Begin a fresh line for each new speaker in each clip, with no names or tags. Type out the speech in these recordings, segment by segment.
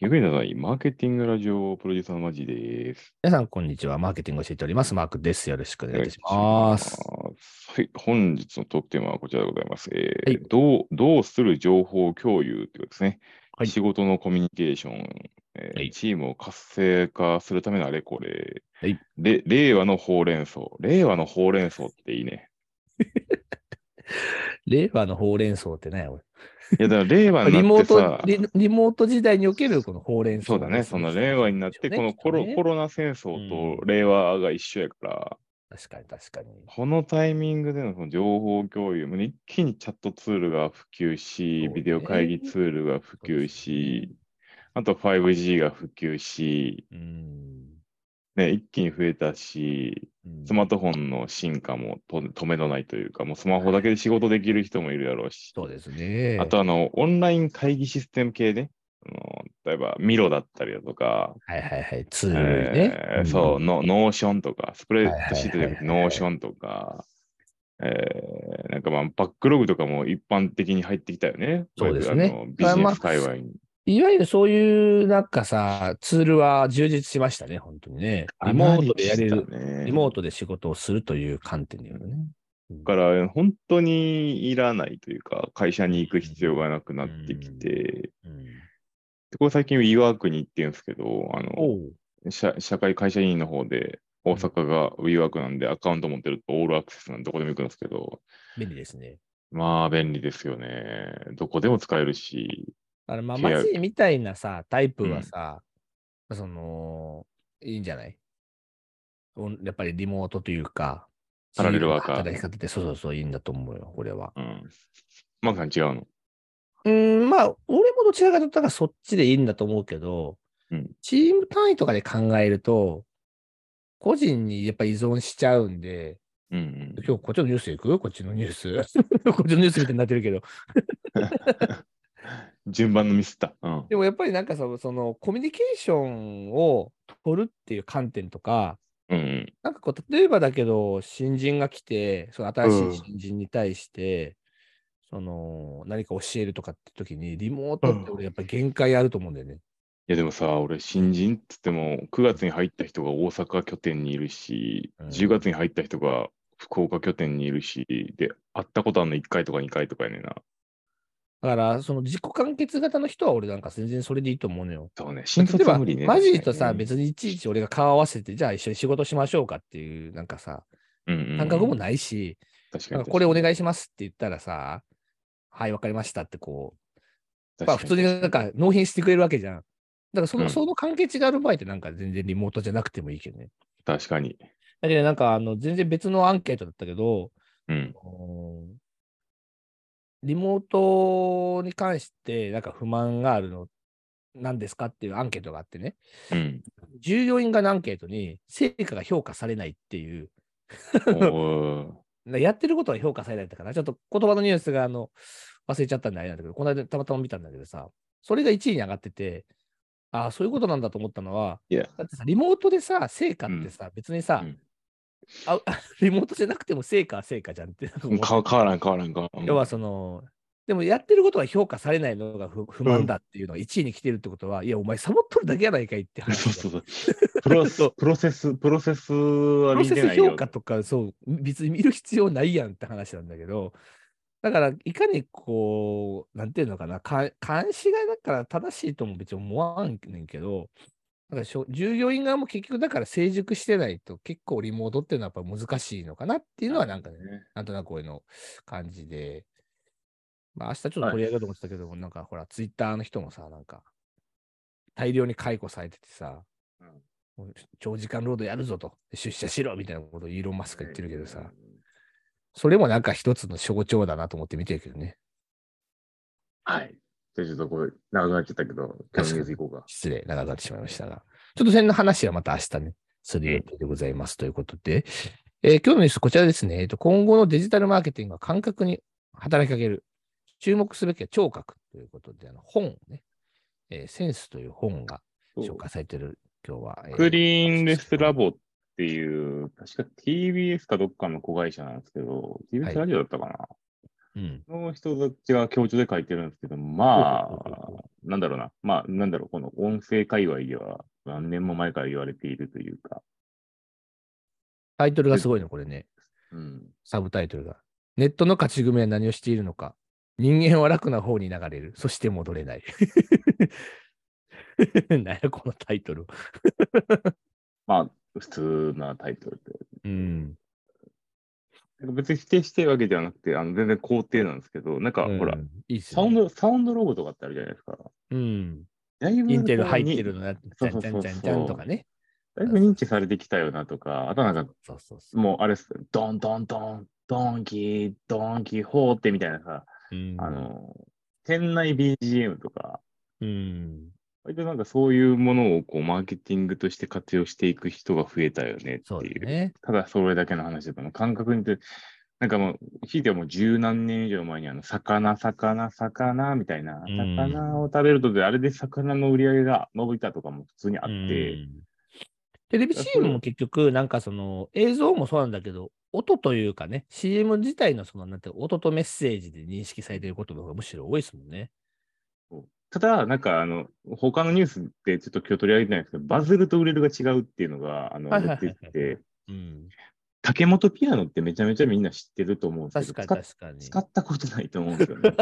役に立たないマーケティングラジオプロデューサーのマジです。
皆さん、こんにちは。マーケティングを教えております。マークです。よろしくお願いいたします。
はい、本日のトークテーマはこちらでございます。えー
はい
どうどうする情報共有ということですね。
はい
仕事のコミュニケーション、えー
はい
チームを活性化するためのあれこれ、
はい
で、令和のほうれん草。令和のほうれん草っていいね。
令和のほうれん草ってね、俺
いや、だから令和に
リ
なっ
モ
て
ー
さ
ト、リ、リモート時代におけるこのほうれん
そ
草
うだね、その令和になって、このコロ,、コ
ロ。
ロナ戦争
う
と
ん
令和が一緒やから、
確かに、確かに。
このタイミングでのその情報共有、もう一気にチャットツールが普及し、
そうね
ビデオ会議ツールが普及し、あと 5G が普及し、
うん。
ね、一気に増えたし、
うん
スマートフォンの進化もと止めのないというか、もうスマホだけで仕事できる人もいるやろうし、
そうですね。
あとあの、オンライン会議システム系ね、あの例えばミロだったりだとか、
はいはいはい。ツールね。
えーそう、
ん。
ノノーションとか、スプレッドシートじゃなくて
はいはいはいはい
ノーションとか、えーなんかまあ、バックログとかも一般的に入ってきたよね。
そうですね
こいあのビジネス界隈に。
いわゆるそういう、なんかさ、ツールは充実しましたね、本当にね。リモートでやれる、
る
リモートで仕事をするという観点で言うとね。
だから、本当にいらないというか、会社に行く必要がなくなってきて、で
うん
これ最近 WeWork に行ってるんですけど、あの
おう
社社会会社員の方で、大阪が WeWork なんでアカウント持ってるとオールアクセスなんでどこでも行くんですけど、
便利ですね。
まあ、便利ですよね。どこでも使えるし。
あの、まあ、
違う
マジみたいなさ、タイプはさ、その、いいんじゃないオンやっぱりリモートというか、
パラレルワーカー
自由な働き方って、そうそうそう、いいんだと思うよ、これは。
うん。マークさん違うの
うーん、まあ、俺もどちらかというと、だからそっちでいいんだと思うけど、
うん
チーム単位とかで考えると、個人にやっぱ依存しちゃうんで、
うんうん。
今日こっちのニュースいくこっちのニュース こっちのニュースみたいになってるけど、
順番のミスった。うん。
でもやっぱりなんかさ、そのコミュニケーションを取るっていう観点とか、
うんうん。
なんかこう、例えばだけど、新人が来て、その
う
新
ん
しい新人に対して、その、何か教えるとかって時に、リモートって俺やっぱ限界あると思うんだよね。
いやでもさ、俺、新人っつっても、9月に入った人が大阪拠点にいるし、
うん
10月に入った人が福岡拠点にいるし、で、会ったことあるの1回とか2回とかやねんな。
だから、その自己完結型の人は俺なんか全然それでいいと思うのよ。
そうね、
例
新
え
卒は
ば、
無理ね。
マジと
確
さ、
かにね
別にいちいち俺が顔合わせて、じゃあ一緒に仕事しましょうかっていう、なんかさ、
うんうんうん
感覚もないし、
確か
なん
に。
かこれお願い
し
しますって言ったらさ、はい、わかりましたってこう、
ます
まあ普通になんか納品してくれるわけじゃん。だからその、
うん
その関係値がある場合ってなんか全然リモートじゃなくてもいいけどね。
確かに。
だけど、なんか、あの、全然別のアンケートだったけど、
うん。
あのーリモートに関して、なんか不満があるの、何ですかっていうアンケートがあってね、
うん。
従業員がのアンケートに、成果が評価されないっていう、
おー
なやってることは評価されないだから、ちょっと言葉のニュースが、あの、忘れちゃったんであれなんだけど、この間たまたま見たんだけどさ、それが1位に上がってて、ああ、そういうことなんだと思ったのは、
いや
だってさ、リモートでさ、成果ってさ、別にさ、
うん
あ あリモートじゃなくても成果は成果じゃんって。なんか思
もう
う
変わ変わらん変わらん変わらん。
要はその、でもやってることは評価されないのが不不満だっていうのが1位に来てるってことは、いや、お前サボっとるだけやないかいって 話
そうそう
う。
そう。プロスプロセス、プロセスは
プロ
見
セ
てな
ス
いよ。
評価とか、そう、別に見る必要ないやんって話なんだけど、だから、いかにこう、なんていうのかな、か監視がだから正しいとも別に思わんねんけど、だからしょ従業員側も結局だから成熟してないと結構リモートっていうのはやっぱ難しいのかなっていうのはなんかね、なんとなく俺の感じで、まあ明日ちょっと取り上げようと思ってたけども、なんかほら、ツイッターの人もさ、なんか、大量に解雇されててさ、
うん
もう長時間労働やるぞと、出社しろみたいなことをイーロン・マスクが言ってるけどさ、それもなんか一つの象徴だなと思って見てるけどね。
はい。じゃあちょっとこれ、長くなっちゃったけど、今日のニュースいこうか。
失礼、長くなってしまいましたが。ちょっとその話はまた明日ね、する予定でございますということで、えー今日のニュース、こちらですね、えーと、今後のデジタルマーケティングが感覚に働きかける、注目すべきは聴覚ということで、あの本をね、えーセンスという本が紹介されてる、今日は。えー
クリーンレスラボっていう、確か TBS かどっかの子会社なんですけど、TBS ラジオだったかな、
うん。
その人たちは教授で書いてるんですけど、ま
そうそう
あ
そう、
なんだろうな、まあ、なんだろう、この音声界隈では何年も前から言われているというか、
タイトルがすごいね、これね。
うん、
サブタイトルが。ネットの勝ち組は何をしているのか。人間は楽な方に流れる。そして戻れない。 なんや、このタイトル。
まあ、普通なタイトルで。
うん。
なんか別に否定してるわけではなくて、あの全然肯定なんですけど、なんか、ほら
う、ん。いいっす
サ
よ
ウン
ね。
ド、サウンドロゴとかってあるじゃないですか。
うん。
だいぶ
インテル入ってるのな、ち
そ
ゃ
うそ
ん
う
ち
そうそう
ゃ
ん
ちゃんちゃんとかね。
だいぶ認知されてきたよなとか、あとなんか、
そうそうそう。
もうあれっす、ドンドンドン、ドンキー、ドンキー、ホーってみたいなさ、
うん
あ、の、店内 BGM とか、
うん。
割となんかそういうものをこうマーケティングとして活用していく人が増えたよねって
そう
いう。
だね。
ただそれだけの話だと、感覚にて、なんかもう、ひいてはもう十何年以上前にあの、魚、魚、魚みたいな、
うん
魚を食べるとで、あれで魚の売り上げが伸びたとかも普通にあっ
う
て、
んテレビ CM も結局、なんかその映像もそうなんだけど、音というかね、CM 自体のそのなんて音とメッセージで認識されていることの方がむしろ多いですもんね。
ただ、なんかあの、他のニュースってちょっと今日取り上げてないんですけど、バズると売れるが違うっていうのが、あの、
はいはいはいはい
出てきて、
うん、
竹本ピアノってめちゃめちゃみんな知ってると思うんです
確
けど、
かに
使っ
確かに。
使ったことないと思うんです よね。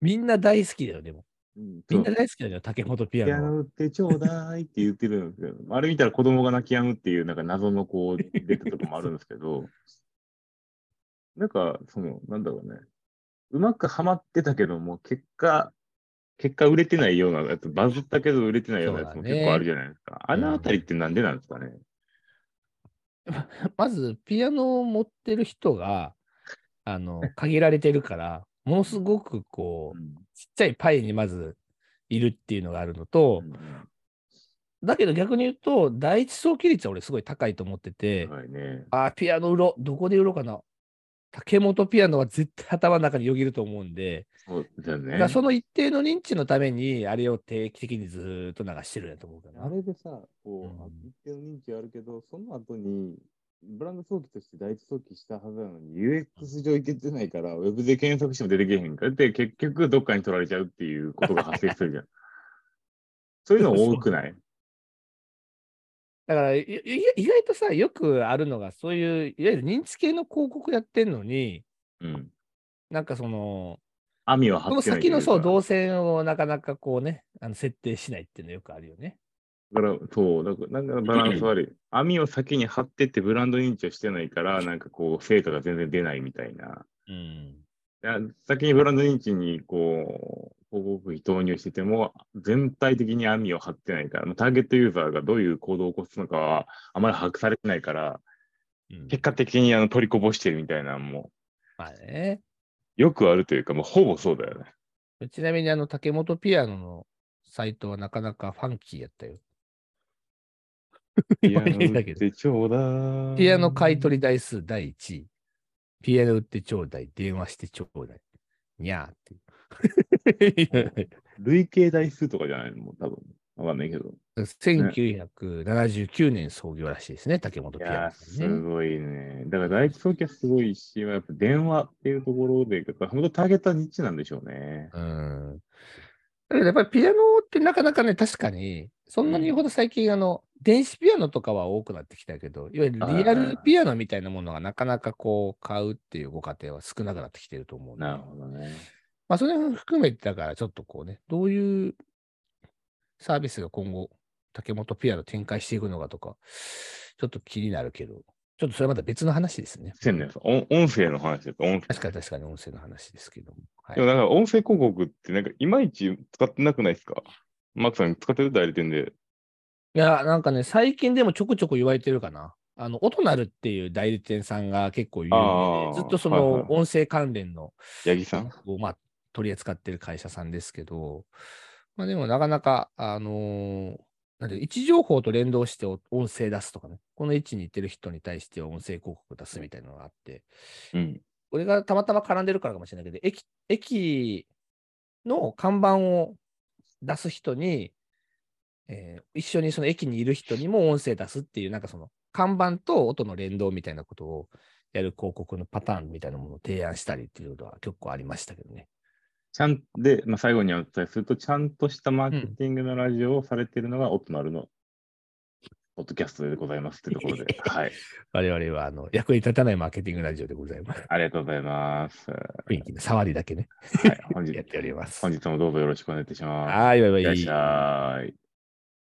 みんな大好きだよ、でも。
うん
みんな大好きだよ、竹本ピア
ピア
ノは。
ノ売ってちょうだいって言ってるんですけど、あれ見たら子供が泣き止むっていう、なんか謎のこう、出たとかもあるんですけど、なんか、その、なんだろうね、うまくハマってたけども、結果、結果売れてないようなやつ、バズったけど売れてないようなやつ
そう
も
だね
結構あるじゃないですか。あのあたりってなんでなんですかね。
まず、ピアノを持ってる人が、あ の、限られてるから、ものすごくこう、ちっちゃいパイにまずいるっていうのがあるのと、だけど逆に言うと、第一早期率は俺すごい高いと思ってて、
うんはいね。
あーピアノ売ろう。どこで売ろうかな。竹本ピアノは絶対頭の中によぎると思うんで、
そうだよ
だから
ね。
その一定の認知のために、あれを定期的にずーっと流してるんやと思うから
あ
な。
れでさ、こう、
うん
一定の認知はあるけど、その後に、ブランド早期として第一早期したはずなのに、UX 上いけてないから、ウェブで検索しても出てけへんから、で、結局どっかに取られちゃうっていうことが発生するじゃん。 そういうの多くない
だから、いい意外とさ、よくあるのが、そういう、いわゆる認知系の広告やってんのに、
うん。
なんかその、
網は張
この
ってないと
先
いうか。
のそう動線をなかなかこうね、あの設定しないっていうのよくあるよね。
だから、そう、だからなんかバランス悪い。網を先に張ってってブランド認知をしてないから、なんかこう、成果が全然出ないみたいな。
うん。
いや先にブランド認知にこう広告費投入してても、全体的に網を張ってないから、まあターゲットユーザーがどういう行動を起こすのかはあまり把握されてないから、
うん
結果的にあの取りこぼしてるみたいなのも
まあね。
よくあるというか、もうほぼそうだよね。
ちなみにあの竹本ピアノのサイトはなかなかファンキーやったよ。今言うだけど。
でちょうだい
ピアノ買い取り台数第1位。ピアノ売ってちょうだい。電話してちょうだい。にゃーって。
累計台数とかじゃないのもう多分。わかんないけど。
1979年創業らしいですね、竹本
い
ピア
や
ノ
ー、
さ
す
んね。
ごいね。だから第一送客すごいし、やっぱ電話っていうところで、やっぱ本当ターゲットはニッチなんでしょうね。
うん。だけどやっぱりピアノってなかなかね、確かに、そんなに言うほど最近、あの、電子ピアノとかは多くなってきたけど、いわゆるリアルピアノみたいなものがなかなかこう、買うっていうご家庭は少なくなってきてると思うんで。
なるほどね。
まあ、それも含めてだから、ちょっとこうね、どういうサービスが今後、竹本ピアノ展開していくのかとか、ちょっと気になるけど、ちょっとそれはまた別の話ですね。
せんね音音声の話だと、音声。
確かに確かに音声の話ですけども。は
でも
い、
だから音声広告ってなんかいまいち使ってなくないですかマークさん使ってる代理店で。
いや、なんかね、最近でもちょくちょく言われてるかな。あの、音なるっていう代理店さんが結構有名
あー
で、ずっとそ
はい
の
はい
音声関連の
八木さん
を、まあ、取り扱ってる会社さんですけど、まあ、でもなかなか、あのーなんていう位置情報と連動してお音声出すとかね、この位置に行ってる人に対して音声広告出すみたいなのがあって、
うん。
俺がたまたま絡んでるからかもしれないけど、駅駅の看板を出す人に、えー一緒にその駅にいる人にも音声出すっていう、なんかその看板と音の連動みたいなことをやる広告のパターンみたいなものを提案したりっていうことは結構ありましたけどね。
ちゃんで、まあ、最後にお伝えすると、ちゃんとしたマーケティングのラジオをされているのが、オトナルのポッドキャストでございますというところで、はい。
我々はあの役に立たないマーケティングラジオでございます。
ありがとうござい ます。は
雰囲気の触りだけね、
い、本日
やっております
本。日もどうぞよろしくお願いいたします。
はい、バイバイ。
いらっしゃい。